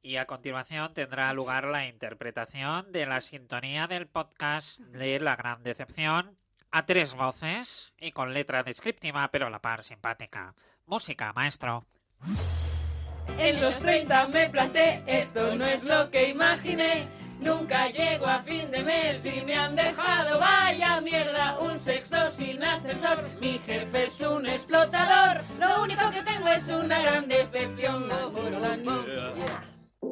Y a continuación tendrá lugar la interpretación de la sintonía del podcast de La Gran Decepción a tres voces y con letra descriptiva pero a la par simpática. Música, maestro. En los 30 me planté, esto no es lo que imaginé. Nunca llego a fin de mes y me han dejado, vaya mierda, un sexto sin ascensor. Mi jefe es un explotador, lo único que tengo es una gran decepción. Bo, bo, bo, bo.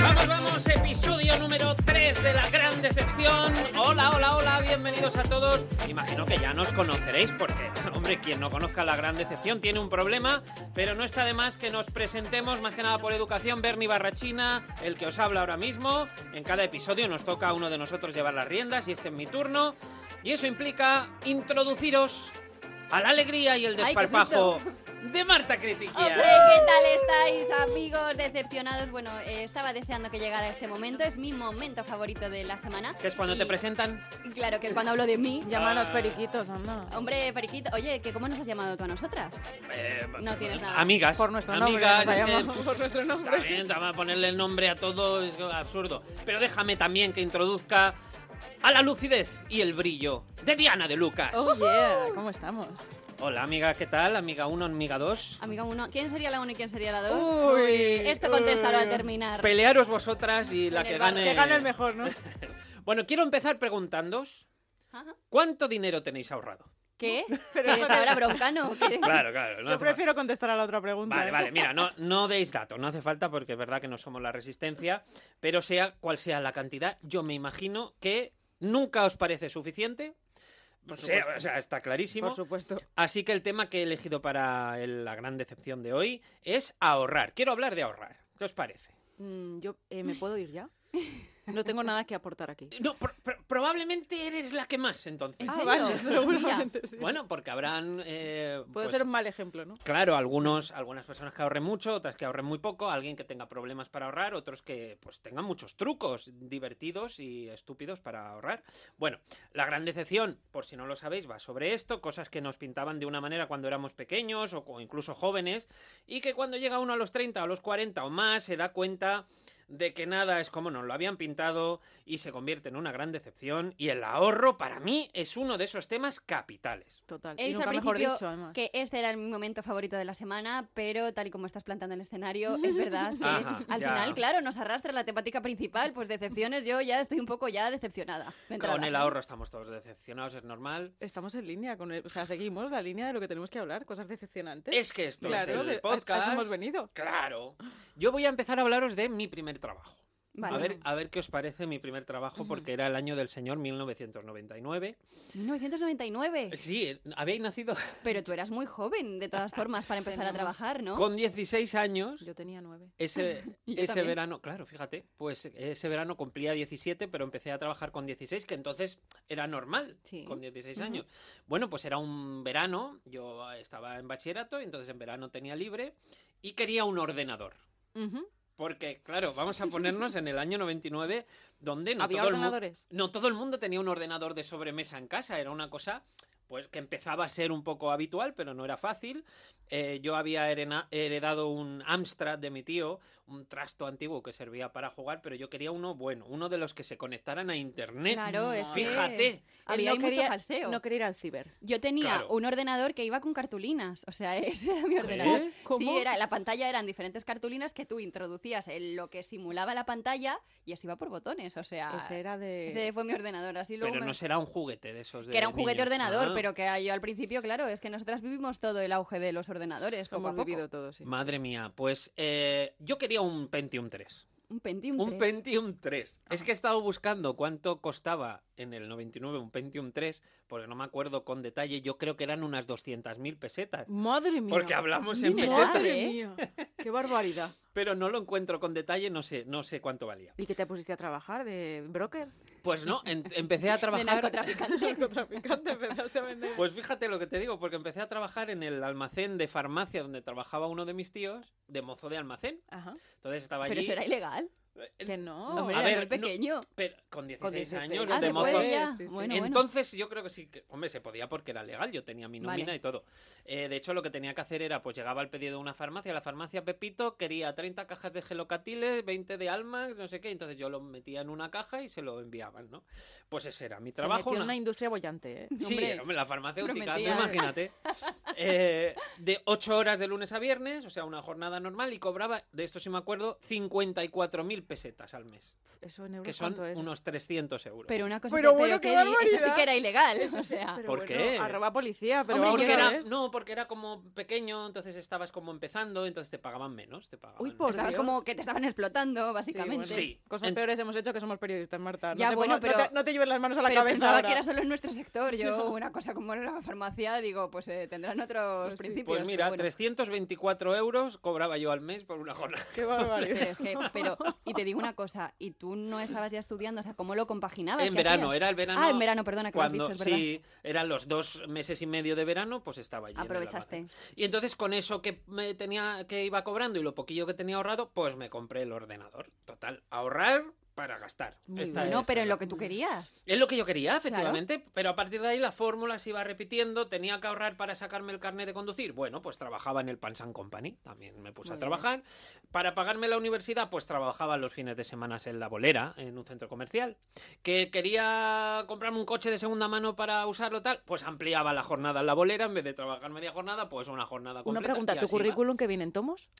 Vamos, vamos, episodio número 3 de La Gran Decepción. Hola, hola, hola, bienvenidos a todos. Imagino que ya nos conoceréis porque, hombre, quien no conozca La Gran Decepción tiene un problema, pero no está de más que nos presentemos, más que nada por educación, Bernie Barrachina, el que os habla ahora mismo. En cada episodio nos toca a uno de nosotros llevar las riendas y este es mi turno. Y eso implica introduciros a la alegría y el Ay, qué desparpajo de Marta Critiquia. Hombre, ¿qué tal estáis, amigos decepcionados? Bueno, eh, estaba deseando que llegara este momento. Es mi momento favorito de la semana. Que es cuando Y te presentan Claro, que es cuando hablo de mí. Llámanos Llámanos Ah. periquitos, anda. Hombre, Periquito, oye, que ¿cómo nos has llamado tú a nosotras? Eh, No tienes nada. Amigas. Por nuestro nombre, amigas, nos es que- llamamos por nuestro nombre. También, también ponerle el nombre a todo es absurdo. Pero déjame también que introduzca a la lucidez y el brillo de Diana de Lucas. Oh yeah, ¿cómo estamos? Hola, amiga, ¿qué tal? Amiga 1, amiga 2. Amiga uno, ¿quién sería la 1 y quién sería la 2? Uy, esto contéstalo uy. al terminar. Pelearos vosotras y la En que el bar, gane. Eh. Que gana el mejor, ¿no? Bueno, quiero empezar preguntándoos: Ajá. ¿cuánto dinero tenéis ahorrado? ¿Qué? Pero ¿Eres ahora broncano? ¿Qué? Claro, claro. no Yo hace falta. prefiero contestar a la otra pregunta. Vale, ¿eh? vale, mira, no, no deis datos, no hace falta porque es verdad que no somos la resistencia, pero sea cual sea la cantidad, yo me imagino que nunca os parece suficiente. Por Sea- supuesto. o sea, está Por clarísimo. supuesto. Así que el tema que he elegido para el- la gran decepción de hoy es ahorrar. Quiero hablar de ahorrar. ¿Qué os parece? Mm, yo, eh, ¿Me puedo ir ya? No tengo nada que aportar aquí. No, pro- pro- probablemente eres la que más, entonces. ¿En Ah, serio? vale, Mira. seguramente sí. Bueno, porque habrán... eh, Puedo pues, ser un mal ejemplo, ¿no? Claro, algunos, algunas personas que ahorren mucho, otras que ahorren muy poco, alguien que tenga problemas para ahorrar, otros que pues tengan muchos trucos divertidos y estúpidos para ahorrar. Bueno, la gran decepción, por si no lo sabéis, va sobre esto, cosas que nos pintaban de una manera cuando éramos pequeños o, o incluso jóvenes, y que cuando llega uno a los 30 o a los 40 o más se da cuenta de que nada es como nos lo habían pintado y se convierte en una gran decepción y el ahorro para mí es uno de esos temas capitales. Total. He Y dicho nunca al mejor principio dicho, además. que este era mi momento favorito de la semana, pero tal y como estás plantando el escenario, es verdad que Ajá, al ya. final, claro, nos arrastra la temática principal, pues decepciones, yo ya estoy un poco ya decepcionada. de Con entrada. el ahorro estamos todos decepcionados, es normal. Estamos en línea con el- o sea, seguimos la línea de lo que tenemos que hablar, cosas decepcionantes. Es que esto claro, es de- el a- a eso podcast. hemos venido. Claro. Yo voy a empezar a hablaros de mi primer trabajo. Vale. A, ver, a ver qué os parece mi primer trabajo, porque era el año del señor 1999. 1999. Sí, eh, habéis nacido Pero tú eras muy joven, de todas formas, para empezar a trabajar, ¿no? con 16 años. Yo tenía nueve. Ese, Yo ese también. verano, claro, fíjate, pues ese verano cumplía 17, pero empecé a trabajar con 16, que entonces era normal, Sí. con 16 Ujú. años. Bueno, pues era un verano, yo estaba en bachillerato, y entonces en verano tenía libre y quería un ordenador. Ujú. Porque, claro, vamos a ponernos en el año 99, donde no ¿Había todo, el mu- ordenadores? no todo el mundo tenía un ordenador de sobremesa en casa. Era una cosa pues que empezaba a ser un poco habitual, pero no era fácil. Eh, yo había herena- heredado un Amstrad de mi tío, un trasto antiguo que servía para jugar, pero yo quería uno bueno, uno de los que se conectaran a Internet. Claro, es que Fíjate. Había Él ahí mucho falseo. No quería ir al ciber. Yo tenía Claro. un ordenador que iba con cartulinas, o sea, ese era mi ¿Eh? ordenador. Sí, ¿Cómo? era, la pantalla eran diferentes cartulinas que tú introducías en lo que simulaba la pantalla y así iba por botones, o sea... Ese era de... Ese fue mi ordenador, así luego Pero me- no será un juguete de esos. de que era un juguete niño. ordenador, Ah. pero que yo al principio, claro, es que nosotras vivimos todo el auge de los ordenadores, Lo poco a hemos poco. vivido todo, sí. Madre mía, pues eh, yo quería un Pentium 3. Un Pentium Un 3. Pentium 3. Es que he estado buscando cuánto costaba en el 99 un Pentium 3, porque no me acuerdo con detalle, yo creo que eran unas 200.000 pesetas. Madre mía. Porque hablamos en Mira. pesetas, Madre. Madre mía. Qué barbaridad. pero no lo encuentro con detalle, no sé, no sé cuánto valía. ¿Y que te pusiste a trabajar de broker? Pues no, en- empecé a de trabajar. narcotraficante. Narcotraficante, empezaste a vender. Pues fíjate lo que te digo, porque empecé a trabajar en el almacén de farmacia donde trabajaba uno de mis tíos, de mozo de almacén. Ajá. Entonces estaba allí. Pero eso era ilegal. Que no. Hombre, A era ver, muy no- pequeño. Pero con 16, Con 16 años, Ah, los de se mozo. puede ya. Sí, sí, sí. Ah, Bueno, bueno. Entonces yo creo que sí, que, hombre, se podía porque era legal, yo tenía mi nómina Vale. y todo. Eh, de hecho, lo que tenía que hacer era, pues llegaba al pedido de una farmacia, la farmacia Pepito quería 30 cajas de gelocatiles, 20 de almas, no sé qué, entonces yo lo metía en una caja y se lo enviaban, ¿no? Pues ese era mi Trabajo trabajo. en una- una industria bollante, ¿eh? Sí, Hombre, hombre, la farmacéutica, tú prometía. imagínate. Eh, de 8 horas de lunes a viernes, o sea, una jornada normal, y cobraba, de esto sí me acuerdo, 54.000 pesetas al mes, Eso en euros que son cuánto es. unos 300 euros. Pero una cosa Pero que bueno, creo qué que di- eso sí barbaridad. que era ilegal, o sí, sea. pero ¿Por bueno, qué? Arroba policía, pero Hombre, vamos porque yo- a era, ver. no, porque era como pequeño, entonces estabas como empezando, entonces te pagaban menos, te pagaban. Uy, por Estabas Dios. como que te estaban explotando, Sí, bueno. básicamente. Sí. Cosas Ent- peores hemos hecho que somos periodistas, Marta. No Ya, te bueno, pongas- no pero- te- no te lleves las manos a la Pero cabeza pensaba ahora. que era solo en nuestro sector. Yo, una cosa como la farmacia, digo, pues eh, tendrán otros Pues sí. principios. Pues pero mira, bueno. 324 euros cobraba yo al mes por una jornada. Qué barbaridad. Pero es que- pero- y te digo una cosa, y tú no estabas ya estudiando, o sea, ¿cómo lo compaginabas? En ¿Qué verano, hacías? era el verano. Ah, en verano, perdona, que lo has cuando dicho, es verdad. Ah, sí, eran los dos meses y medio de verano, pues estaba allí. en el Aprovechaste. Alhambra. y entonces con eso que me tenía, que iba cobrando y lo poquillo que tenía ahorrado, pues me compré el ordenador. Total, ahorrar para gastar. Muy Esta No, es pero la- en lo que tú querías. Es lo que yo quería, efectivamente, pero a partir de ahí la fórmula se iba repitiendo, tenía que ahorrar para sacarme el carnet de conducir. Bueno, pues trabajaba en el Pansan Company, también me puse a Muy bien. trabajar. Para pagarme la universidad, pues trabajaba los fines de semana en la bolera, en un centro comercial. Que quería comprarme un coche de segunda mano para usarlo tal, pues ampliaba la jornada en la bolera, en vez de trabajar media jornada, pues una jornada Una completa. y pregunta, ¿tu así iba. currículum que viene en tomos?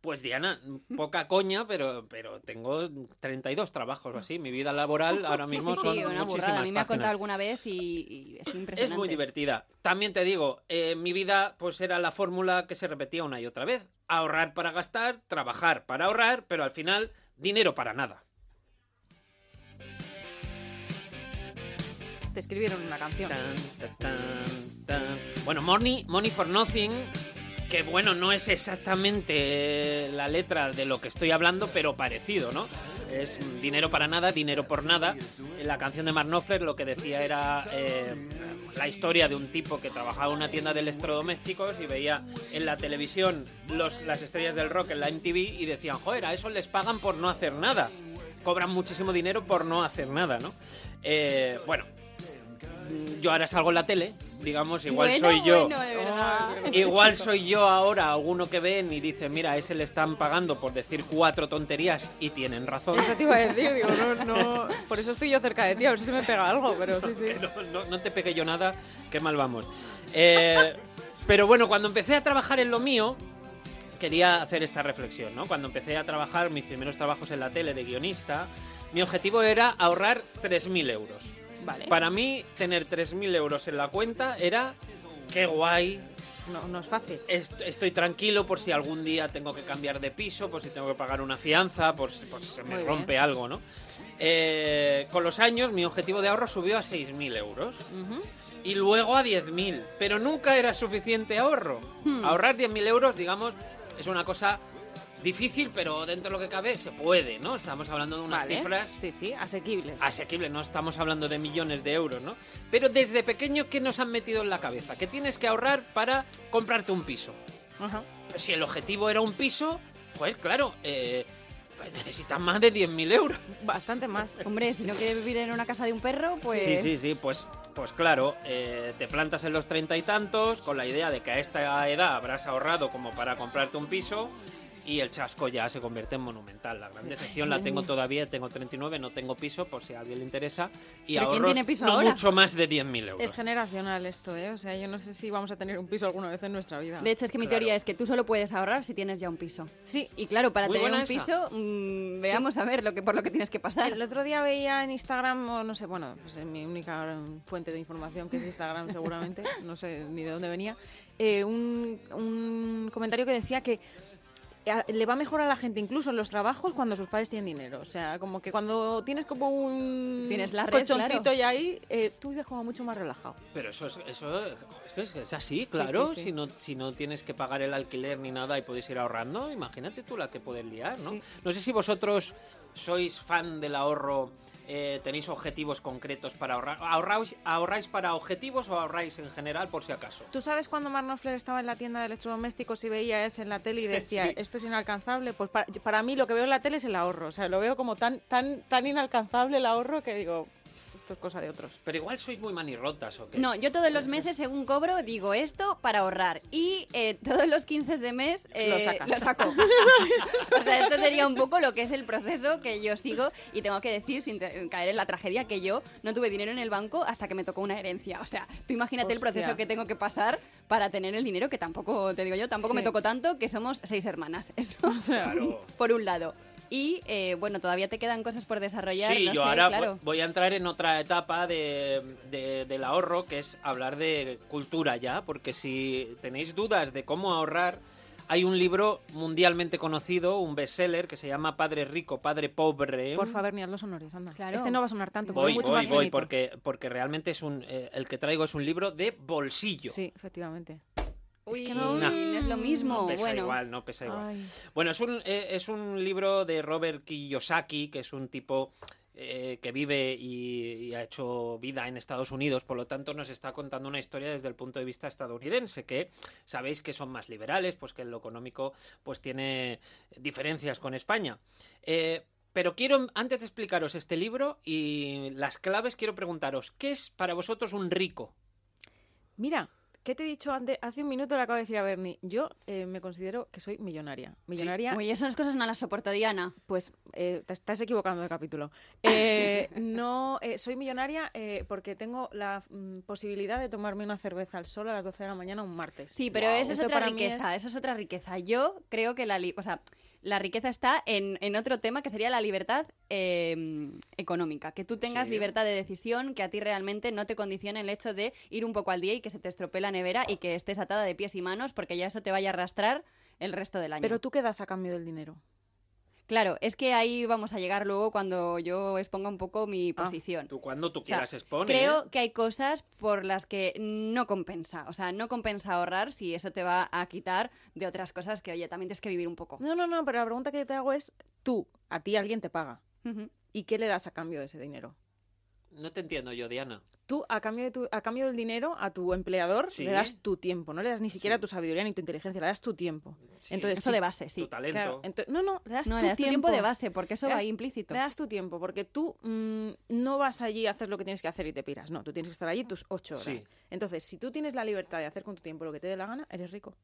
Pues Diana, poca coña, pero, pero tengo 32 trabajos o así. Mi vida laboral ahora Sí, mismo sí, son sí, una muchísimas burrada. A mí me ha páginas. contado alguna vez y, y es impresionante. Es muy divertida. También te digo, eh, mi vida pues era la fórmula que se repetía una y otra vez. Ahorrar para gastar, trabajar para ahorrar, pero al final dinero para nada. Te escribieron una canción. Tan, ta, tan, tan. Bueno, Money, Money for Nothing, que bueno, no es exactamente eh, la letra de lo que estoy hablando, pero parecido, ¿no? Es dinero para nada, dinero por nada. En la canción de Mark Knopfler lo que decía era eh, la historia de un tipo que trabajaba en una tienda de electrodomésticos y veía en la televisión los, las estrellas del rock en la MTV y decían, joder, a eso les pagan por no hacer nada. Cobran muchísimo dinero por no hacer nada, ¿no? Eh, bueno, Mm, yo ahora salgo en la tele, digamos, igual Bueno, soy yo. bueno, Eh, de Ah, verdad. Igual soy yo ahora alguno que ven y dice, mira, a ese le están pagando por decir cuatro tonterías y tienen razón. Eso te iba a decir, digo, no, no. Por eso estoy yo cerca de ti, a ver si se me pega algo, pero sí, sí. Que no, no- no te pegué yo nada, qué mal vamos. Eh, pero bueno, cuando empecé a trabajar en lo mío, quería hacer esta reflexión, ¿no? Cuando empecé a trabajar mis primeros trabajos en la tele de guionista, mi objetivo era ahorrar 3.000 euros. Vale. Para mí, tener 3.000 euros en la cuenta era, qué guay, No, no es fácil. Est- Estoy tranquilo por si algún día tengo que cambiar de piso, por si tengo que pagar una fianza, por si, por si se me Muy bien. rompe algo, ¿no? Eh, con los años mi objetivo de ahorro subió a 6.000 euros y luego a 10.000, pero nunca era suficiente ahorro. Hmm. Ahorrar 10.000 euros, digamos, es una cosa difícil, pero dentro de lo que cabe se puede, ¿no? Estamos hablando de unas Vale. cifras Sí, sí, asequible. asequible, no estamos hablando de millones de euros, ¿no? Pero desde pequeño, ¿qué nos han metido en la cabeza? Que tienes que ahorrar para comprarte un piso. Ajá. Pero si el objetivo era un piso, pues claro, eh, pues necesitas más de 10.000 euros. Bastante más. Hombre, si no quieres vivir en una casa de un perro, pues... Sí, sí, sí, pues, pues claro, eh, te plantas en los treinta y tantos con la idea de que a esta edad habrás ahorrado como para comprarte un piso. Y el chasco ya se convierte en monumental. La gran Sí. decepción Ay, la madre tengo mía. todavía, tengo 39, no tengo piso, por si a alguien le interesa. Y ¿Pero quién ahorros tiene piso no ahora? mucho más de 10.000 euros. Es generacional esto, ¿eh? O sea, yo no sé si vamos a tener un piso alguna vez en nuestra vida. De hecho, es que mi Claro. teoría es que tú solo puedes ahorrar si tienes ya un piso. Sí, Y claro, para Muy tener un buena esa. piso, mm, veamos a ver lo que, por lo que tienes que pasar. El otro día veía en Instagram, o no sé, bueno, pues es mi única mm, fuente de información que es Instagram seguramente, no sé ni de dónde venía, eh, un, un comentario que decía que eh, a- le va mejor a la gente incluso en los trabajos cuando sus padres tienen dinero. O sea, como que cuando tienes como un Tienes la red, colchoncito claro. y ahí, eh, tú vives como mucho más relajado. Pero eso es, eso es, que es- es así, claro. sí, sí. Si, no, si no tienes que pagar el alquiler ni nada y podéis ir ahorrando, imagínate tú la que puedes liar, ¿no? Sí. No sé si vosotros ¿Sois fan del ahorro? Eh, ¿Tenéis objetivos concretos para ahorrar? ¿Ahorráis, ¿Ahorráis para objetivos o ahorráis en general por si acaso? ¿Tú sabes cuando Mark Flair estaba en la tienda de electrodomésticos y veía eso en la tele y decía, Sí. esto es inalcanzable? Pues para, para mí lo que veo en la tele es el ahorro. O sea, lo veo como tan, tan, tan inalcanzable el ahorro que digo, esto es cosa de otros. Pero igual sois muy manirrotas o qué. No, yo todos los meses, según cobro, digo esto para ahorrar. Y eh, todos los 15 de mes eh, Lo sacas. saco. o sea, esto sería un poco lo que es el proceso que yo sigo y tengo que decir, sin te- caer en la tragedia, que yo no tuve dinero en el banco hasta que me tocó una herencia. O sea, tú imagínate el Hostia. proceso que tengo que pasar para tener el dinero, que tampoco, te digo yo, tampoco Sí. me tocó tanto, que somos seis hermanas. Eso, Claro. por un lado. Y eh, bueno, todavía te quedan cosas por desarrollar. Sí, no yo sé, ahora claro. vo- voy a entrar en otra etapa de, de- del ahorro, que es hablar de cultura ya, porque si tenéis dudas de cómo ahorrar, hay un libro mundialmente conocido, un bestseller, que se llama Padre Rico, Padre Pobre. Por favor, ni haz los honores, anda. Claro. Este no va a sonar tanto, ¿Eh? Voy, porque es mucho voy, más voy, bonito. porque, porque realmente es un, eh, el que traigo es un libro de bolsillo. Sí, efectivamente. pues, Uy, que no, no- es lo mismo. No pesa bueno. igual, no pesa igual. Ay. Bueno, es un, eh, es un libro de Robert Kiyosaki, que es un tipo eh, que vive y, y ha hecho vida en Estados Unidos, por lo tanto nos está contando una historia desde el punto de vista estadounidense, que sabéis que son más liberales, pues que en lo económico pues tiene diferencias con España. Eh, pero quiero, antes de explicaros este libro y las claves, quiero preguntaros, ¿qué es para vosotros un rico? Mira, ¿qué te he dicho antes? Hace un minuto le acabo de decir a Bernie. Yo eh, me considero que soy millonaria. Millonaria. Uy, esas cosas no las soporto, Diana. Pues eh, te estás equivocando de capítulo. Eh, no, eh, soy millonaria eh, porque tengo la mm, posibilidad de tomarme una cerveza al sol a las 12 de la mañana un martes. Sí, pero Wow. eso es Eso otra para mí riqueza, es- eso es otra riqueza. Yo creo que la, li- o sea, la riqueza está en, en otro tema que sería la libertad eh, económica. Que tú tengas Sí. libertad de decisión, que a ti realmente no te condicione el hecho de ir un poco al día y que se te estropee la nevera y que estés atada de pies y manos porque ya eso te vaya a arrastrar el resto del año. Pero tú qué das a cambio del dinero. Claro, es que ahí vamos a llegar luego cuando yo exponga un poco mi Ah, posición. Tú cuando tú O sea, quieras ¿eh? expones. Creo que hay cosas por las que no compensa. O sea, no compensa ahorrar si eso te va a quitar de otras cosas que, oye, también tienes que vivir un poco. No, no, no, pero la pregunta que yo te hago es, tú, a ti alguien te paga. Ujú. ¿Y qué le das a cambio de ese dinero? No te entiendo yo, Diana. Tú, a cambio, de tu- a cambio del dinero, a tu empleador Sí. le das tu tiempo. No le das ni siquiera Sí. tu sabiduría ni tu inteligencia, le das tu tiempo. Sí, Entonces, Eso sí, de base, tu sí. talento. Claro, ento- no, no, le das, No, tu, le das tu tiempo. tiempo de base, porque eso Le va das- ahí implícito. Le das tu tiempo, porque tú mm, no vas allí a hacer lo que tienes que hacer y te piras. No, tú tienes que estar allí tus ocho horas. Sí. Entonces, si tú tienes la libertad de hacer con tu tiempo lo que te dé la gana, eres rico.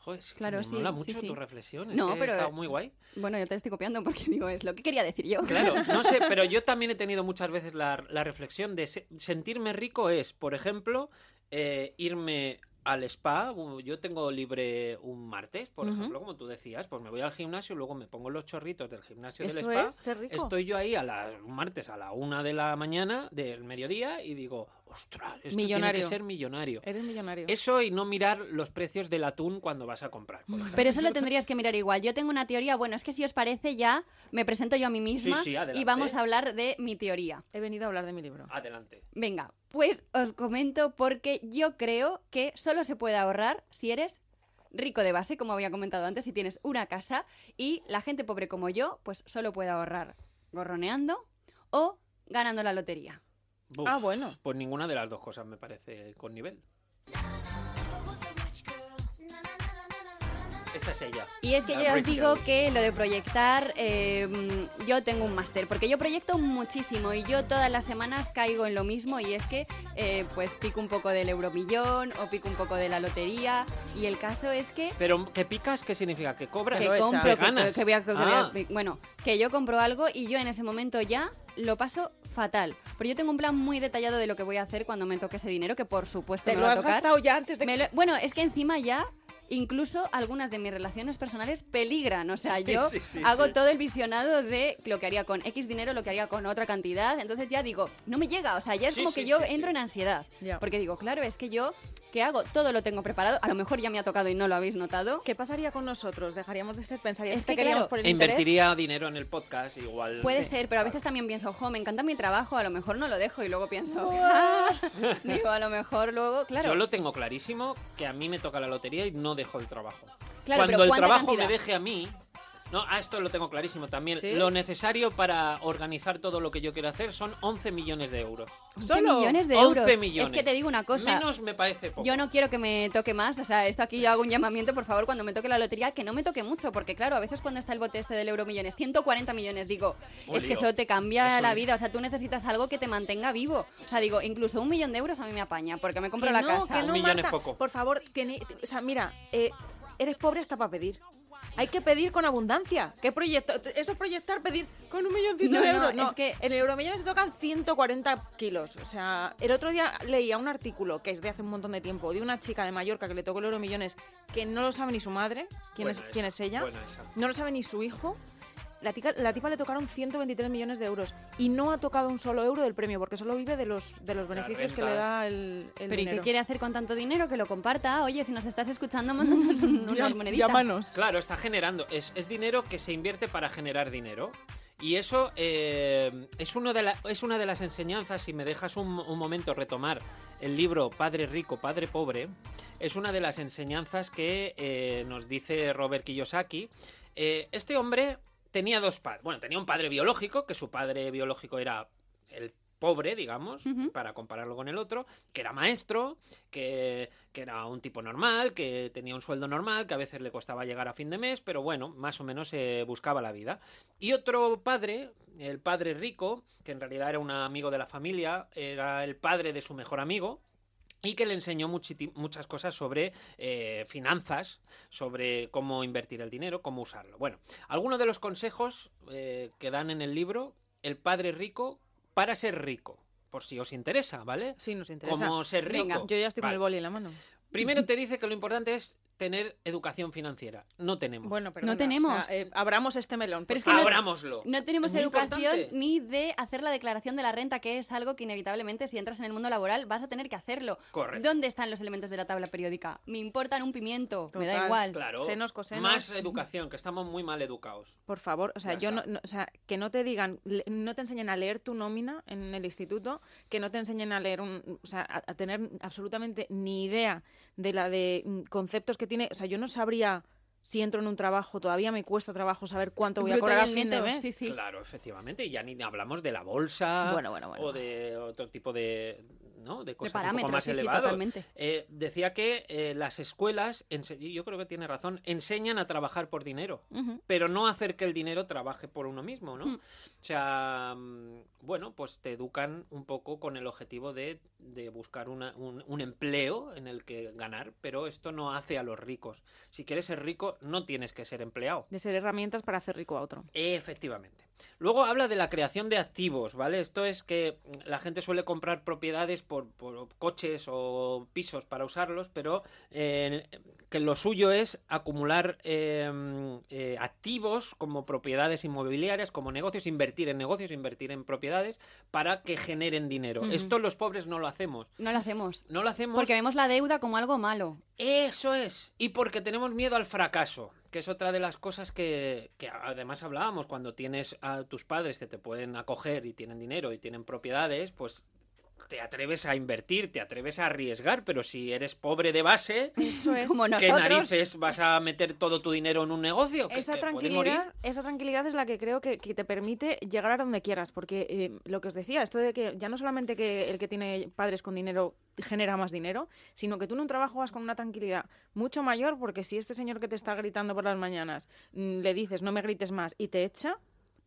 Joder, es que Claro, me sí, mola sí, mucho sí. tu reflexión. No, No, pero- pero... Está muy guay. Bueno, yo te estoy copiando porque digo, es lo que quería decir yo. Claro, no sé, pero yo también he tenido muchas veces la, la reflexión de se- sentirme rico es, por ejemplo, eh, irme al spa. u- Yo tengo libre un martes, por Ujú. ejemplo, como tú decías, pues me voy al gimnasio, luego me pongo los chorritos del gimnasio del Eso spa. es ser rico. Estoy yo ahí a las un martes a la una de la mañana del mediodía y digo, ostras, esto tiene Millonario. que ser millonario. Eres millonario. Eso y no mirar los precios del atún cuando vas a comprar. por ejemplo. Pero eso lo tendrías que mirar igual. Yo tengo una teoría, bueno, es que si os parece ya me presento yo a mí misma sí, adelante. y vamos a hablar de mi teoría. He venido a hablar de mi libro. Adelante. Venga, pues os comento porque yo creo que solo se puede ahorrar si eres rico de base, como había comentado antes, si tienes una casa y la gente pobre como yo, pues solo puede ahorrar gorroneando o ganando la lotería. Uf, Ah, bueno. Pues ninguna de las dos cosas me parece con nivel. Esa es ella. Y es que La yo ya os rich digo girl. que lo de proyectar, eh, mm, yo tengo un máster, porque yo proyecto muchísimo y yo todas las semanas caigo en lo mismo y es que eh, pues pico un poco del euromillón o pico un poco de la lotería y el caso es que Pero que picas, ¿qué significa? Que cobras. Que que lo compro, echas. que- Ganas. que voy a- que voy a- Ah. bueno, que yo compro algo y yo en ese momento ya lo paso fatal. Pero yo tengo un plan muy detallado de lo que voy a hacer cuando me toque ese dinero, que por supuesto Te me lo va a has tocar. gastado ya antes de Me que... lo- bueno, es que encima ya incluso algunas de mis relaciones personales peligran. O sea, yo sí, sí, hago sí. todo el visionado de lo que haría con X dinero, lo que haría con otra cantidad. Entonces ya digo, no me llega. O sea, ya es Sí, como sí, que yo sí, sí. entro en ansiedad. Ya. Porque digo, claro, es que yo, ¿qué hago? Todo lo tengo preparado. A lo mejor ya me ha tocado y no lo habéis notado. ¿Qué pasaría con nosotros? ¿Dejaríamos de ser? ¿Pensarías Es que, que, queríamos claro, por el E interés? invertiría dinero en el podcast, igual. Puede Sí. ser, pero a veces también pienso, ojo, me encanta mi trabajo, a lo mejor no lo dejo y luego pienso, digo, a lo mejor luego, claro. Yo lo tengo clarísimo que a mí me toca la lotería y no dejo el trabajo. Claro, Cuando pero el ¿cuánta trabajo cantidad? me deje a mí, No, ah, esto lo tengo clarísimo también. ¿Sí? Lo necesario para organizar todo lo que yo quiero hacer son 11 millones de euros. 11 Solo millones de 11 euros. millones. Es que te digo una cosa. Menos me parece poco. Yo no quiero que me toque más, o sea, esto aquí yo hago un llamamiento, por favor, cuando me toque la lotería, que no me toque mucho, porque claro, a veces cuando está el bote este del euro millones, 140 millones, digo, Un es que lío. eso te cambia Eso la es. vida, o sea, tú necesitas algo que te mantenga vivo, o sea, digo, incluso un millón de euros a mí me apaña, porque me compro Que la no, casa. que no, Un millón es Marta. poco. Por favor, tiene, o sea, mira, eh, eres pobre hasta para pedir. Hay que pedir con abundancia. ¿Qué proyecto? Eso es proyectar pedir con un milloncito No, de no, euros. es que- En el Euromillones te tocan 140 kilos. O sea, el otro día leía un artículo que es de hace un montón de tiempo de una chica de Mallorca que le tocó el Euromillones que no lo sabe ni su madre, quién, Buena es, esa, quién es ella, buena esa. no lo sabe ni su hijo. La, tica- la tipa le tocaron 123 millones de euros y no ha tocado un solo euro del premio porque solo vive de los, de los beneficios que le renta. da el, el Pero ¿y qué dinero. quiere hacer con tanto dinero? Que lo comparta. Oye, si nos estás escuchando, mándanos un- unas moneditas. Claro, está generando. Es, es dinero que se invierte para generar dinero. Y eso eh, es, uno de la- es una de las enseñanzas, si me dejas un, un momento retomar el libro Padre Rico, Padre Pobre, es una de las enseñanzas que eh, nos dice Robert Kiyosaki. Eh, este hombre tenía dos padres. Bueno, tenía un padre biológico, que su padre biológico era el pobre, digamos, Ujú. para compararlo con el otro, que era maestro, que, que era un tipo normal, que tenía un sueldo normal, que a veces le costaba llegar a fin de mes, pero bueno, más o menos se buscaba la vida. Y otro padre, el padre rico, que en realidad era un amigo de la familia, era el padre de su mejor amigo. Y que le enseñó muchiti- muchas cosas sobre eh, finanzas, sobre cómo invertir el dinero, cómo usarlo. Bueno, algunos de los consejos eh, que dan en el libro, el padre rico para ser rico, por si os interesa, ¿vale? Sí, nos interesa. Cómo ser rico. Venga, Yo ya estoy con Vale. el boli en la mano. Primero te dice que lo importante es tener educación financiera. No tenemos. Bueno, pero No tenemos. abramos este melón. Pero es por que no- favor. Abrámoslo. No tenemos Es muy educación importante. ni de hacer la declaración de la renta, que es algo que inevitablemente si entras en el mundo laboral vas a tener que hacerlo. Correcto. ¿Dónde están los elementos de la tabla periódica? Me importan un pimiento, me da Total, igual. Claro. Senos, cosenos. Más educación, que estamos muy mal educados. Por favor, o sea, Ya yo no, está. no- o sea, que no te digan, le- no te enseñen a leer tu nómina en el instituto, que no te enseñen a leer un, o sea, a, a tener absolutamente ni idea de la de mm, conceptos que tiene, o sea, yo no sabría si entro en un trabajo, todavía me cuesta trabajo saber cuánto voy a Bruto y cobrar a el fin de neto, mes. sí, sí. Claro, efectivamente. Y ya ni hablamos de la bolsa. Bueno, bueno, bueno. O de otro tipo de. ¿no? De cosas un poco parámetros, más sí, sí, elevadas. totalmente. decía que eh, las escuelas, ense- y yo creo que tiene razón, enseñan a trabajar por dinero. Ujú. pero no hacer que el dinero trabaje por uno mismo, Hmm. ¿no? O sea, mm, bueno, pues te educan un poco con el objetivo de, de buscar una- un, un empleo en el que ganar, pero esto no hace a los ricos. Si quieres ser rico, no tienes que ser empleado. De ser herramientas para hacer rico a otro. Efectivamente. Luego habla de la creación de activos, ¿vale? Esto es que mm, la gente suele comprar propiedades por, por coches o pisos para usarlos, pero eh, que lo suyo es acumular eh, eh, activos como propiedades inmobiliarias, como negocios, invertir en negocios, invertir en propiedades para que generen dinero. Ujú. Esto los pobres no lo hacemos. No lo hacemos. No lo hacemos Porque vemos la deuda como algo malo. eso es. Y porque tenemos miedo al fracaso, que es otra de las cosas que, que además hablábamos, cuando tienes a tus padres que te pueden acoger y tienen dinero y tienen propiedades, pues te atreves a invertir, te atreves a arriesgar, pero si eres pobre de base, Eso es. Como ¿qué nosotros. narices vas a meter todo tu dinero en un negocio? Que, esa que puede morir. tranquilidad, esa tranquilidad es la que creo que, que te permite llegar a donde quieras, porque eh, lo que os decía, esto de que ya no solamente que el que tiene padres con dinero genera más dinero, sino que tú en un trabajo vas con una tranquilidad mucho mayor, porque si este señor que te está gritando por las mañanas mm, le dices no me grites más y te echa,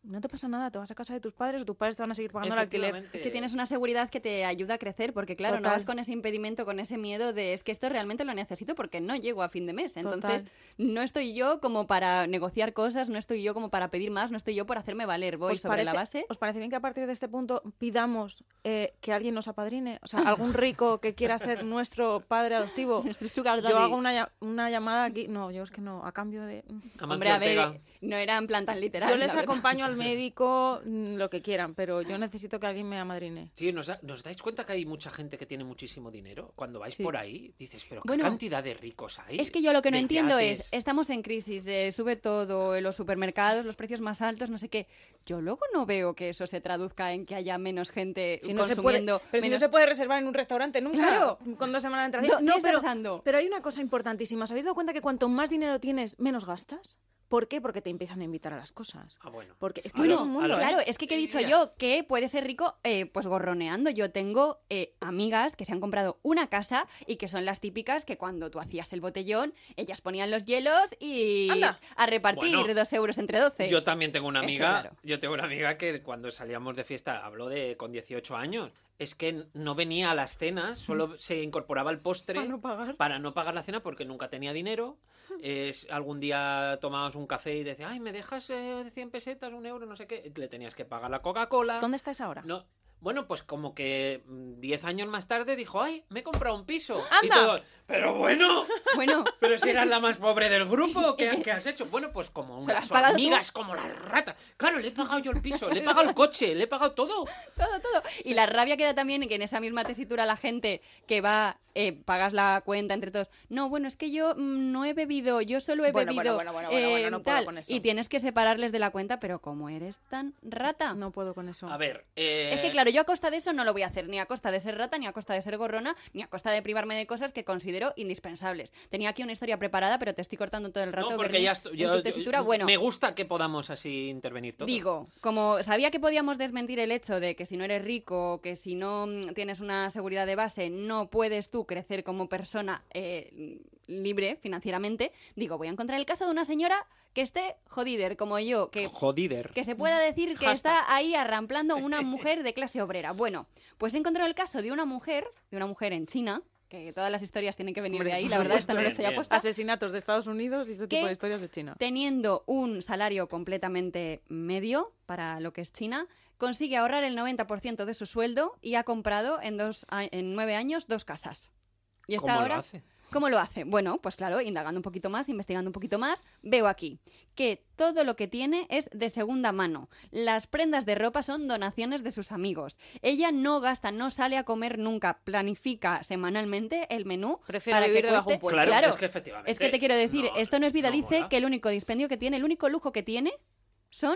no te pasa nada, te vas a casa de tus padres o tus padres te van a seguir pagando el alquiler. Efectivamente. Que tienes una seguridad que te ayuda a crecer, porque claro, no Total. vas con ese impedimento, con ese miedo de es que esto realmente lo necesito porque no llego a fin de mes. Entonces, Total. no estoy yo como para negociar cosas, no estoy yo como para pedir más, no estoy yo por hacerme valer. Voy sobre la base. os parece bien que a partir de este punto pidamos eh, que alguien nos apadrine? O sea, algún rico que quiera ser nuestro padre adoptivo. Nuestro sugar Yo daddy. hago una, lla- una llamada aquí. No, yo es que no, a cambio de. mm. Amancio Hombre, a Ortega. ver, no era en plan tan literal. Yo la les verdad. acompaño al médico, mm, lo que quieran, pero yo necesito que alguien me amadrine. Sí, ¿nos, da- ¿nos dais cuenta que hay mucha gente que tiene muchísimo dinero? Cuando vais Sí. por ahí, dices, pero ¿qué Bueno, cantidad de ricos hay? Es que yo lo que no De entiendo yates. es, estamos en crisis, eh, sube todo, en los supermercados, los precios más altos, no sé qué. Yo luego no veo que eso se traduzca en que haya menos gente consumiendo. pero si no menos- se puede reservar en un restaurante nunca, Claro. con dos semanas de No, entrada. ¿qué está pero, pasando? pero hay una cosa importantísima. ¿Os habéis dado cuenta que cuanto más dinero tienes, menos gastas? ¿Por qué? Porque te empiezan a invitar a las cosas. Ah, bueno. Porque es que Bueno, es un mundo, Claro, ¿eh? Claro, es que ¿qué he dicho yo que puede ser rico eh, pues gorroneando. Yo tengo eh, amigas que se han comprado una casa y que son las típicas que cuando tú hacías el botellón, ellas ponían los hielos y Anda. a repartir Bueno. dos euros entre doce. Yo también tengo una Eso, amiga, claro. yo tengo una amiga que cuando salíamos de fiesta habló de con 18 años, es que no venía a las cenas, solo se incorporaba al postre Mm. Para no pagar. para no pagar la cena porque nunca tenía dinero. Es, algún día tomabas un café y decías, "Ay, me dejas eh, 100 pesetas, un euro, no sé qué", le tenías que pagar la Coca-Cola. ¿Dónde estás ahora? No. Bueno, pues como que mm, 10 años más tarde dijo, "Ay, me he comprado un piso." Y ¡Anda! todo, pero bueno, Bueno, pero si eras la más pobre del grupo, ¿qué, qué has hecho? Bueno, pues como ¿Se la has unas pagado hormigas, como las ratas. Claro, le he pagado yo el piso, le he pagado el coche, le he pagado todo. todo, todo. Y la rabia queda también que en esa misma tesitura la gente que va, eh, pagas la cuenta entre todos. No, bueno, es que yo mm, no he bebido, yo solo he Bueno, bebido. bueno, bueno, bueno, bueno, bueno, eh, no puedo tal. con eso. Y tienes que separarles de la cuenta, pero como eres tan rata. No puedo con eso. A ver, eh, Es que claro, yo a costa de eso no lo voy a hacer, ni a costa de ser rata, ni a costa de ser gorrona, ni a costa de privarme de cosas que considero indispensables. Tenía aquí una historia preparada, pero te estoy cortando todo el rato. no, porque Berni, ya estoy- en yo- tu yo- tesitura, bueno, me gusta que podamos así intervenir todos. digo, como sabía que podíamos desmentir el hecho de que si no eres rico, que si no mm, tienes una seguridad de base, no puedes tú crecer como persona eh, libre financieramente, digo, voy a encontrar el caso de una señora que esté jodider como yo, que Jodider. eh, que se pueda decir que está ahí arramplando una mujer de clase obrera. Bueno, pues he encontrado el caso de una mujer, de una mujer en China, que todas las historias tienen que venir Hombre, de ahí, por la verdad, supuesto. esta no lo he Bien, hecho ya bien. puesta. Asesinatos de Estados Unidos y este ¿Qué? tipo de historias de China. Teniendo un salario completamente medio para lo que es China, consigue ahorrar el 90% de su sueldo y ha comprado en, dos, a- en nueve años dos casas. Y está ¿Cómo lo ahora hace? ¿Cómo lo hace? Bueno, pues claro, indagando un poquito más, investigando un poquito más, veo aquí que todo lo que tiene es de segunda mano. Las prendas de ropa son donaciones de sus amigos. Ella no gasta, no sale a comer nunca, planifica semanalmente el menú. Prefiero para vivir que debajo cueste- un puente. Claro, Pues claro, es que efectivamente. es que te quiero decir, no, esto no es vida, no dice mola. que el único dispendio que tiene, el único lujo que tiene son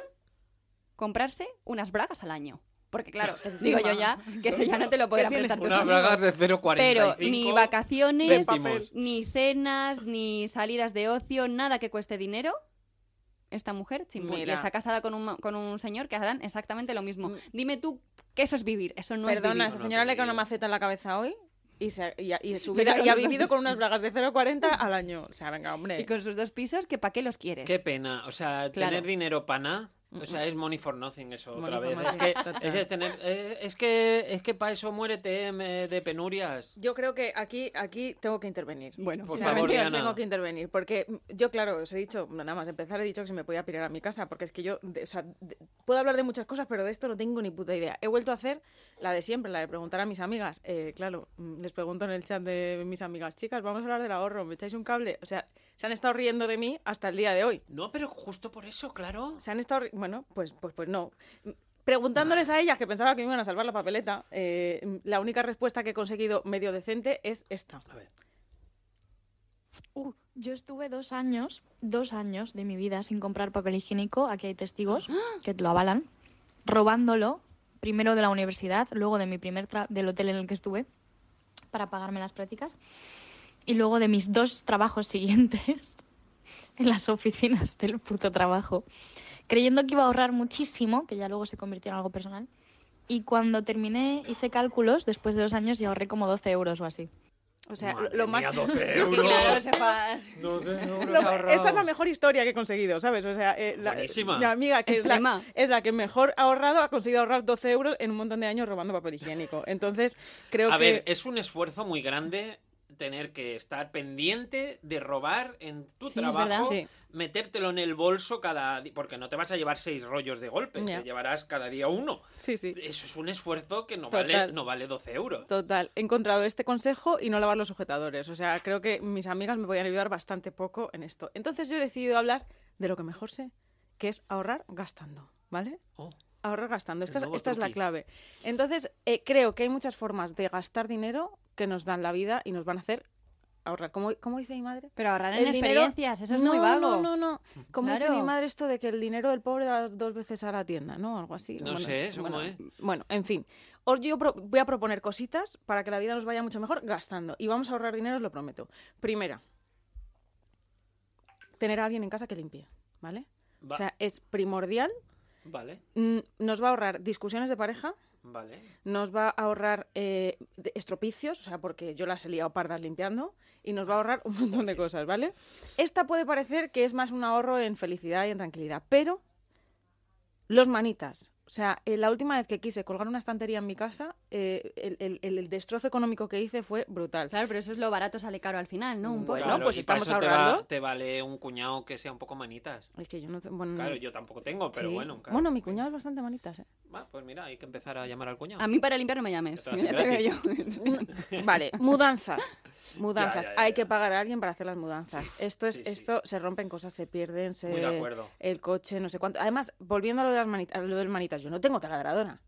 comprarse unas bragas al año. Porque claro, digo yo ya que eso ya no te lo podrán tiene? prestar tus Unas amigos. bragas de 0,45. Pero ni vacaciones, céntimos. ni cenas, ni salidas de ocio, nada que cueste dinero. Esta mujer, chimpún, y Mira. está casada con un, ma- con un señor que harán exactamente lo mismo. Mm. Dime tú que eso es vivir, eso no Perdona, es No, esa no, vivir. señora te le cae una digo. maceta en la cabeza hoy y, se, y, ha- y su Se vida- queda y ha con vivido dos. con unas bragas de 0,40 al año. O sea, venga, hombre. Y con sus dos pisos, que para qué los quieres. Qué pena, o sea, Claro. tener dinero para nada. O sea, es money for nothing eso Mm, Money otra for vez. Es nothing, que, total. es, de tener, eh, es que es que para eso muérete em, de penurias. Yo creo que aquí, aquí tengo que intervenir. Bueno, Por Sinceramente, favor, Diana. tengo que intervenir porque yo, claro, os he dicho, nada más empezar, he dicho que se me podía pirar a mi casa porque es que yo, de- o sea, de- puedo hablar de muchas cosas, pero de esto no tengo ni puta idea. He vuelto a hacer la de siempre, la de preguntar a mis amigas. Eh, claro, mm, les pregunto en el chat de mis amigas, chicas, vamos a hablar del ahorro, ¿me echáis un cable? O sea, se han estado riendo de mí hasta el día de hoy. No, pero justo por eso, claro. Se han estado, ri- bueno, pues, pues, pues no. Preguntándoles a ellas que pensaba que me iban a salvar la papeleta, eh, la única respuesta que he conseguido medio decente es esta. A ver. Uh, yo estuve dos años, dos años de mi vida sin comprar papel higiénico, aquí hay testigos que te lo avalan, robándolo, primero de la universidad, luego de mi primer tra- del hotel en el que estuve, para pagarme las prácticas, y luego de mis dos trabajos siguientes en las oficinas del puto trabajo, creyendo que iba a ahorrar muchísimo, que ya luego se convirtió en algo personal, y cuando terminé hice cálculos después de dos años y ahorré como 12 euros o así. O sea, Madre lo mía, máximo. 12 Sí, euros. claro, se fa- Doce euros Lo- ahorrado. esta es la mejor historia que he conseguido, ¿sabes? O sea, eh, la, Buenísima. mi amiga que es la, Extrema. es la que mejor ha ahorrado ha conseguido ahorrar 12 euros en un montón de años robando papel higiénico. Entonces, creo A que... ver, eh, es un esfuerzo muy grande tener que estar pendiente de robar en tu Sí, es verdad. trabajo, Sí. metértelo en el bolso cada di- porque no te vas a llevar seis rollos de golpe, Ya. te llevarás cada día uno. Sí, sí. Eso es un esfuerzo que no Total. vale no vale 12 euros. Total, he encontrado este consejo y no lavar los sujetadores. O sea, creo que mis amigas me podían ayudar bastante poco en esto. Entonces yo he decidido hablar de lo que mejor sé, que es ahorrar gastando, ¿vale? Oh. Ahorrar gastando. Esta, El es- nuevo esta es la truqui. clave. Entonces, eh, creo que hay muchas formas de gastar dinero que nos dan la vida y nos van a hacer ahorrar. Como, como dice mi madre? Pero ahorrar en El dinero- experiencias, eso es No, muy vago. No, no, no. Como dice Claro. mi madre esto de que el dinero del pobre va dos veces a la tienda, ¿no? Algo así. No sé, ¿eso bueno, cómo es? Bueno, en fin. Os yo pro- voy a proponer cositas para que la vida nos vaya mucho mejor gastando. Y vamos a ahorrar dinero, os lo prometo. Primera, tener a alguien en casa que limpie, ¿vale? Va- O sea, es primordial. vale, Mm, Nos va a ahorrar discusiones de pareja, vale. nos va a ahorrar eh, de- estropicios, o sea, porque yo las he liado pardas limpiando, y nos va a ahorrar un montón de cosas, ¿vale? Esta puede parecer que es más un ahorro en felicidad y en tranquilidad, pero los manitas. O sea, eh, la última vez que quise colgar una estantería en mi casa, eh, el, el- el destrozo económico que hice fue brutal. Claro, pero eso es lo barato sale caro al final, ¿no? Un poco. Bueno, pues y para estamos eso te va- ahorrando. Te, vale un cuñado que sea un poco manitas. Es que yo no... te- Mm. Bueno, Claro, yo tampoco tengo, pero sí. bueno. claro. Bueno, mi cuñado es bastante manitas, ¿eh? Va, pues mira, hay que empezar a llamar al cuñado. A mí para limpiar no me llames. Esto lo Ya hace te veo yo. Vale, mudanzas. Mudanzas. Ya, ya, ya, Hay ya. que pagar a alguien para hacer las mudanzas. Esto es, sí, sí. esto se rompen cosas, se pierden, se Muy de acuerdo. el coche, no sé cuánto. Además, volviendo a lo de las manitas, lo del manitas, yo no tengo taladradora.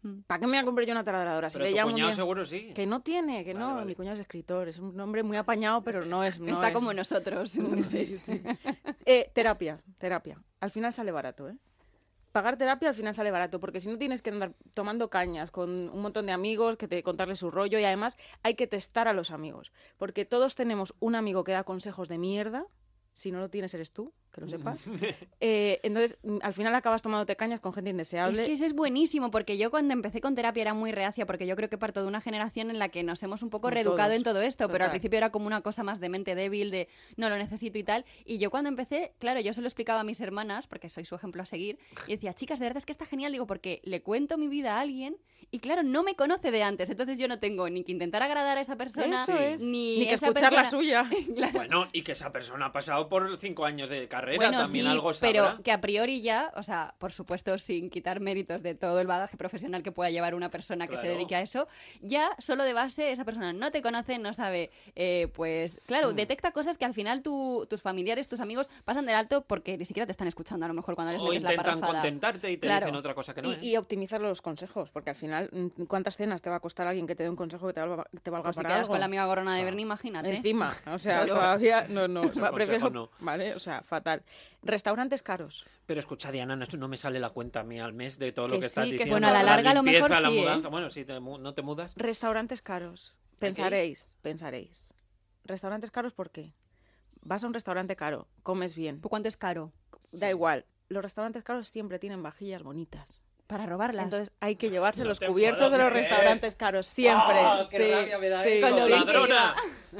Mm. ¿Para qué me voy a comprar yo una taladradora? Si Pero le tu llamo un cuñado día- seguro sí. Que no tiene, que Vale, no, vale. mi cuñado es escritor, es un hombre muy apañado, pero no es. no Está es- como nosotros. entonces. Eh, terapia, terapia. Al final sale barato, ¿eh? Pagar terapia al final sale barato, porque si no tienes que andar tomando cañas con un montón de amigos, que te contarles su rollo y además hay que testar a los amigos, porque todos tenemos un amigo que da consejos de mierda, si no lo tienes eres tú, que lo sepas. Eh, entonces, mm, al final acabas tomándote cañas con gente Es indeseable. que eso es buenísimo, porque yo cuando empecé con terapia era muy reacia, porque yo creo que parto de una generación en la que nos hemos un poco Como reeducado todos, en todo esto, pero al total. principio era como una cosa más de mente débil, de no lo necesito y tal. Y yo cuando empecé, claro, yo se lo explicaba a mis hermanas, porque soy su ejemplo a seguir, y decía, chicas, de verdad es que está genial, digo, porque le cuento mi vida a alguien y claro, no me conoce de antes, entonces yo no tengo ni que intentar agradar a esa persona, Eso es. ni, Ni que esa escuchar la persona- suya. Claro. Bueno, y que esa persona ha pasado por cinco años de carrera, también sí, algo pero sabrá. que a priori ya, o sea, por supuesto sin quitar méritos de todo el badaje profesional que pueda llevar una persona que Claro. se dedique a eso, ya solo de base esa persona no te conoce, no sabe, eh, pues Mm. claro, detecta cosas que al final tu- tus familiares, tus amigos pasan del alto porque ni siquiera te están escuchando a lo mejor cuando les o metes la intentan parrafada. contentarte y te Claro. dicen otra cosa que no Y, es. y optimizar los consejos, porque al final, mm, ¿cuántas cenas te va a costar alguien que te dé un consejo que te valga, te valga Por si para quedas algo? con la amiga gorona Ah. de Berni, ¿eh? imagínate. Encima, o sea, Solo. todavía no, no, Eso, va, consejo prefiero, no. vale, o sea, fatal. Restaurantes caros. Pero escucha, Diana, no, no me sale la cuenta a mí al mes de todo lo Que que estás sí, que- diciendo. bueno, a la larga a lo limpieza, mejor la sí, ¿eh? mudanza. Bueno, si te mu- no te mudas. Restaurantes caros. Pensaréis, pensaréis. Restaurantes caros, ¿por qué? Vas a un restaurante caro, comes bien, ¿Por ¿Cuánto es caro? da igual. Los restaurantes caros siempre tienen vajillas bonitas. Para robarlas. Entonces hay que llevarse No los te cubiertos puedo de los creer. restaurantes caros, siempre. ¡Ah, qué Sí, rabia me da sí, eso, sí, sí. ¡Ladrona!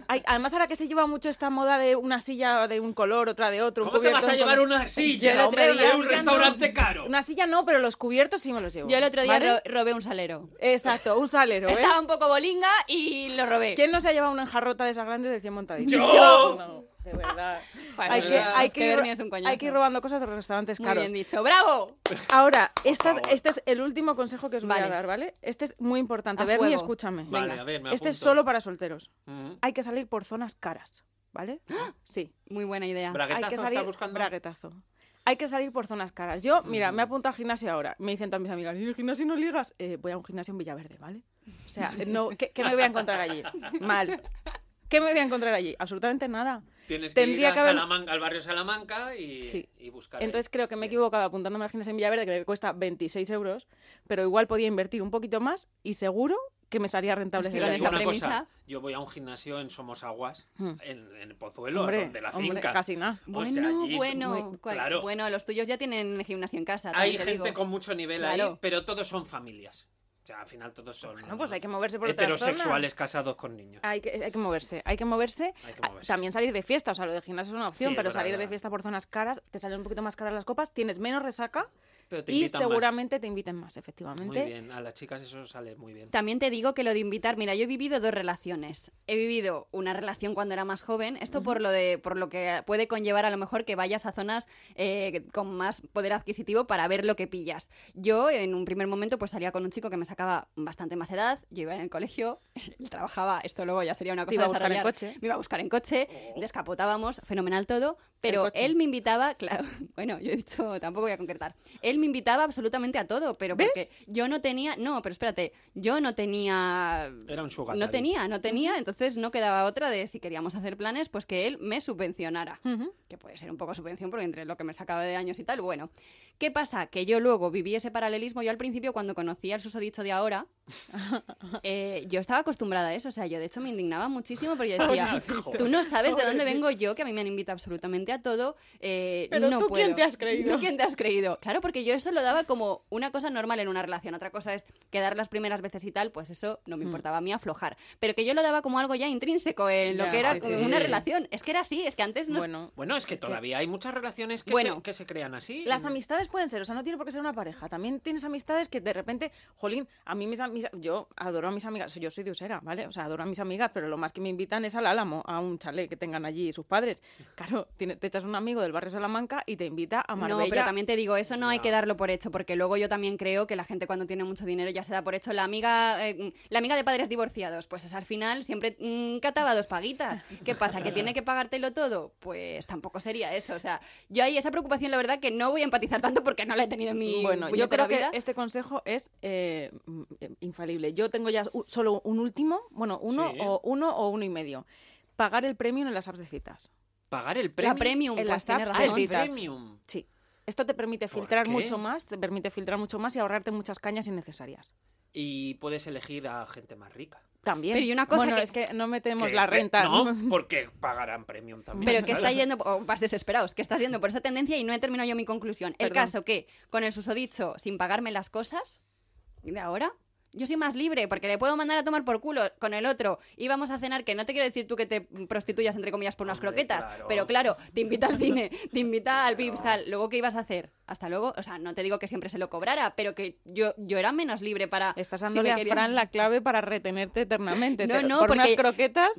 Ay, además, ahora que se lleva mucho esta moda de una silla de un color, otra de otro. un ¿Cómo te vas cubierto a de un llevar color? una Yo silla el a otro día un buscando- restaurante caro? Una silla no, pero los cubiertos sí me los llevo. Yo el otro día ¿vale? ro- robé un salero. Exacto, un salero, ¿eh? Estaba un poco bolinga y lo robé. ¿Quién no se ha llevado una enjarrota de esas grandes de 100 montaditos? ¡Yo! No, de verdad. Joder, hay, de que, verdad, hay, es que que ir, Berni es un coñazo. hay que ir robando cosas de los restaurantes Muy caros. bien dicho. ¡Bravo! Ahora, estas- favor. este es el último consejo que os voy a Vale. dar, ¿vale? Este es muy importante. A Bernie, fuego. escúchame. Vale, venga. a ver, me este es apunto. solo para solteros. Mm. Hay que salir por zonas caras, ¿vale? ¡Ah! Sí. Muy buena idea. Braguetazo hay que está salir buscando. braguetazo. Hay que salir por zonas caras. Yo, mira, me apunto al gimnasio ahora. Me dicen todas mis amigas, ¿y el gimnasio no ligas? Eh, voy a un gimnasio en Villaverde, ¿vale? O sea, no, ¿qué, qué me voy a encontrar allí? Mal. ¿Qué me voy a encontrar allí? Absolutamente nada. Tienes que ir Tendría a que haber- Salamanca- al barrio Salamanca y, Sí. y buscar. ahí. Entonces creo que me he equivocado apuntándome al gimnasio en Villaverde, que me cuesta 26 euros, pero igual podía invertir un poquito más y seguro que me salía rentable. Es que Mira, con yo hacer esa una eso. premisa- cosa, yo voy a un gimnasio en Somosaguas, en, en Pozuelo, Mm. Hombre, donde la hombre, finca. casi nada. O Bueno, sea, allí- bueno, muy- cual- claro. bueno, los tuyos ya tienen gimnasio en casa. Hay también te gente digo. con mucho nivel ahí, Claro. pero todos son familias. O sea, al final todos son Bueno, pues hay que moverse por otras zonas. heterosexuales casados con niños. Hay que, hay que moverse, hay que moverse. Hay que Ah, moverse. También salir de fiesta, o sea, lo de gimnasio es una opción, Sí, es pero verdad, salir de verdad. fiesta por zonas caras, te salen un poquito más caras las copas, tienes menos resaca Pero te y invitan más. seguramente te inviten más, Muy efectivamente. bien, a las chicas eso sale muy bien. También te digo que lo de invitar, mira, yo he vivido dos relaciones. He vivido una relación cuando era más joven, esto por lo de, por lo que puede conllevar a lo mejor que vayas a zonas eh, con más poder adquisitivo para ver lo que pillas. Yo en un primer momento pues salía con un chico que me sacaba bastante más edad, yo iba en el colegio, él trabajaba, esto luego ya sería una cosa iba a buscar en desarrollar. coche. Oh. Me iba a buscar en coche, descapotábamos, fenomenal todo, pero coche. él me invitaba, claro, bueno, yo he dicho, tampoco voy a concretar. Él me invitaba absolutamente a todo, pero ¿Ves? porque yo no tenía, no, pero espérate, yo no tenía Era un sugar no daddy. tenía, no tenía, entonces no quedaba otra de si queríamos hacer planes, pues que él me subvencionara. Ujú. Que puede ser un poco subvención, porque entre lo que me sacaba de años y tal, bueno. ¿Qué pasa? Que yo luego viví ese paralelismo. Yo al principio, cuando conocí al susodicho de ahora, Eh, yo estaba acostumbrada a eso, o sea, yo de hecho me indignaba muchísimo porque yo Ah, decía, tú no sabes de dónde vengo yo, que a mí me han invitado absolutamente a todo, eh, Pero no tú puedo. quién te has creído. ¿Tú quién te has creído? Claro, porque yo eso lo daba como una cosa normal en una relación, otra cosa es quedar las primeras veces y tal, pues eso Hmm. no me importaba a mí aflojar, pero que yo lo daba como algo ya intrínseco en lo Ya, que era sí, sí, una sí. relación, es que era así, es que antes no... Bueno, Bueno, es que Es que- todavía hay muchas relaciones que, Bueno. se, que se crean así. Mm, Las amistades pueden ser, o sea, no tiene por qué ser una pareja. También tienes amistades que de repente, jolín, a mí mis, am- mis- yo adoro a mis amigas, yo soy de Usera, ¿vale? O sea, adoro a mis amigas, pero lo más que me invitan es al Álamo, a un chalet que tengan allí sus padres. Claro, tiene- te echas un amigo del barrio Salamanca y te invita a Marbella. No, pero también te digo, eso no hay Ya. que darlo por hecho, porque luego yo también creo que la gente cuando tiene mucho dinero ya se da por hecho la amiga, eh, la amiga de padres divorciados, pues es al final siempre mm, cataba dos paguitas. ¿Qué pasa? ¿Que tiene que pagártelo todo? Pues tampoco sería eso. O sea, yo ahí esa preocupación, la verdad, que no voy a empatizar tanto porque no la he tenido en mi Bueno, yo puñetera creo que vida. este consejo es eh, mm, eh, infalible. Yo tengo ya u- solo un último, bueno, uno Sí. o uno o uno y medio. Pagar el premium en las apps de citas. Pagar el premio. la premium, en pues, las tienes apps Ah, razón. el citas. premium. Sí. Esto te permite ¿Por filtrar qué? mucho más, te permite filtrar mucho más y ahorrarte muchas cañas innecesarias. Y puedes elegir a gente más rica. También. Pero y una cosa bueno, que- es que no metemos Que- la que- renta. No, porque pagarán premium también. Pero que claro. está yendo, o vas desesperados, que estás yendo por esa tendencia y no he terminado yo mi conclusión. El Perdón. caso que, con el susodicho, sin pagarme las cosas, de ahora, yo soy más libre porque le puedo mandar a tomar por culo con el otro y vamos a cenar, que no te quiero decir tú que te prostituyas, entre comillas, por unas Hombre, croquetas, claro. pero claro, te invita al cine, te invita al Vips, tal. Luego, ¿qué ibas a hacer? Hasta luego, o sea, no te digo que siempre se lo cobrara, pero que yo, yo era menos libre para... Estás si me dándole querías- a Fran la clave para retenerte eternamente. No, Te- no, por unas porque- croquetas.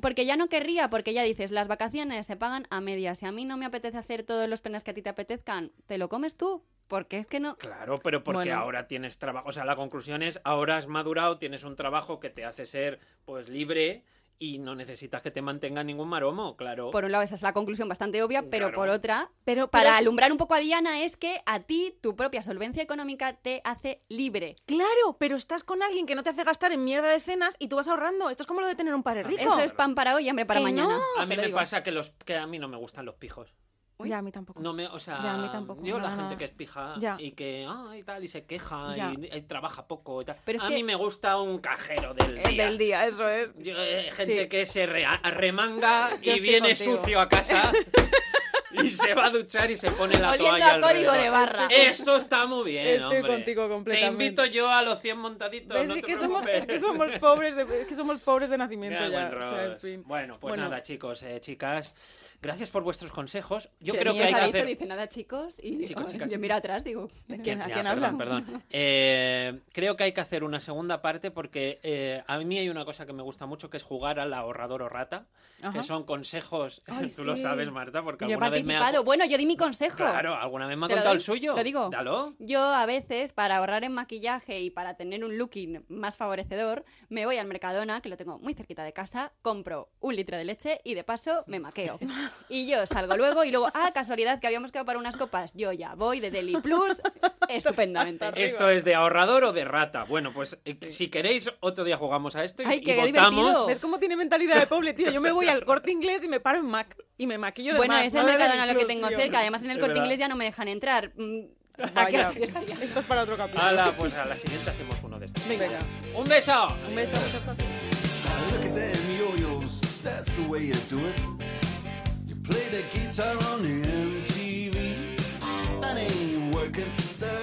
Porque ya no querría, porque ya dices, las vacaciones se pagan a medias. Y a mí no me apetece hacer todos los planes que a ti te apetezcan. ¿Te lo comes tú? Porque es que no. Claro, pero porque Bueno. ahora tienes trabajo. O sea, la conclusión es, ahora has madurado, tienes un trabajo que te hace ser, pues, libre y no necesitas que te mantenga ningún maromo, claro. Por un lado, esa es la conclusión bastante obvia, pero Claro. por otra, Pero, para pero- alumbrar un poco a Diana, es que a ti tu propia solvencia económica te hace libre. Claro, pero estás con alguien que no te hace gastar en mierda de cenas y tú vas ahorrando. Esto es como lo de tener un padre rico. Ah, Eso es pan para hoy y hambre para Que mañana. no. a mí te lo me digo. pasa que los que a mí no me gustan los pijos. Uy. Ya, a mí tampoco. No me, o sea, Ya, a mí tampoco, yo la no, gente no. que es pija Ya. y que ah, y tal y se queja Ya. y, eh, trabaja poco y tal. Pero es a que- mí me gusta un cajero del El día. Eh, del día, eso es. Yo, eh, gente Sí. que se re- arremanga Yo y estoy viene contigo. sucio a casa y se va a duchar y se pone la Oliendo toalla a código alrededor. de barra. Esto está muy bien, Estoy hombre. contigo completamente. Te invito yo a los 100 montaditos, ¿Ves? no Es te que somos, preocupes. es que somos pobres de, es que somos pobres de Me nacimiento cago en ya. o sea, en Ross. fin. Bueno, pues Bueno. nada, chicos, eh, chicas, gracias por vuestros consejos. Yo Que creo ni que os hay que Sabéis, hacer no dice nada, chicos. Y digo, Chicos, chicas. yo miro atrás, digo. ¿Quién- Ya, ¿A quién perdón, habla? perdón. Eh, creo que hay que hacer una segunda parte porque eh, a mí hay una cosa que me gusta mucho que es jugar al ahorrador o rata, Ajá. que son consejos. Ay, tú lo sí. sabes, Marta, porque Yo he alguna vez me ha... participado. Bueno, yo di mi consejo. Claro, alguna vez me ha ¿Te lo contado doy? el suyo. ¿Lo digo? Dalo. Yo a veces, para ahorrar en maquillaje y para tener un looking más favorecedor, me voy al Mercadona, que lo tengo muy cerquita de casa, compro un litro de leche y de paso me maqueo. Y yo salgo luego y luego, ah, casualidad que habíamos quedado para unas copas, yo ya voy de Deli Plus estupendamente. Hasta Esto es de ahorrador o de rata. Bueno, pues eh, si queréis, otro día jugamos a esto y, Ay, y qué votamos. divertido. ¿Ves cómo tiene mentalidad de pobre, tío? Yo me voy al corte inglés y me paro en Mac y me maquillo de Bueno, Mac, es no el de Mercadona lo Deli que Plus, tengo tío. cerca, además en el Es corte verdad. inglés ya no me dejan entrar. Mm, ¿a qué Vaya. hostia estaría? Esto es para otro capítulo. Hala, pues a la siguiente hacemos uno de estos. Venga. ¡Un beso! Un beso, muchas gracias. Look at them yo-yos, that's the way you do it. You play the guitar on the MTV. That ain't working, that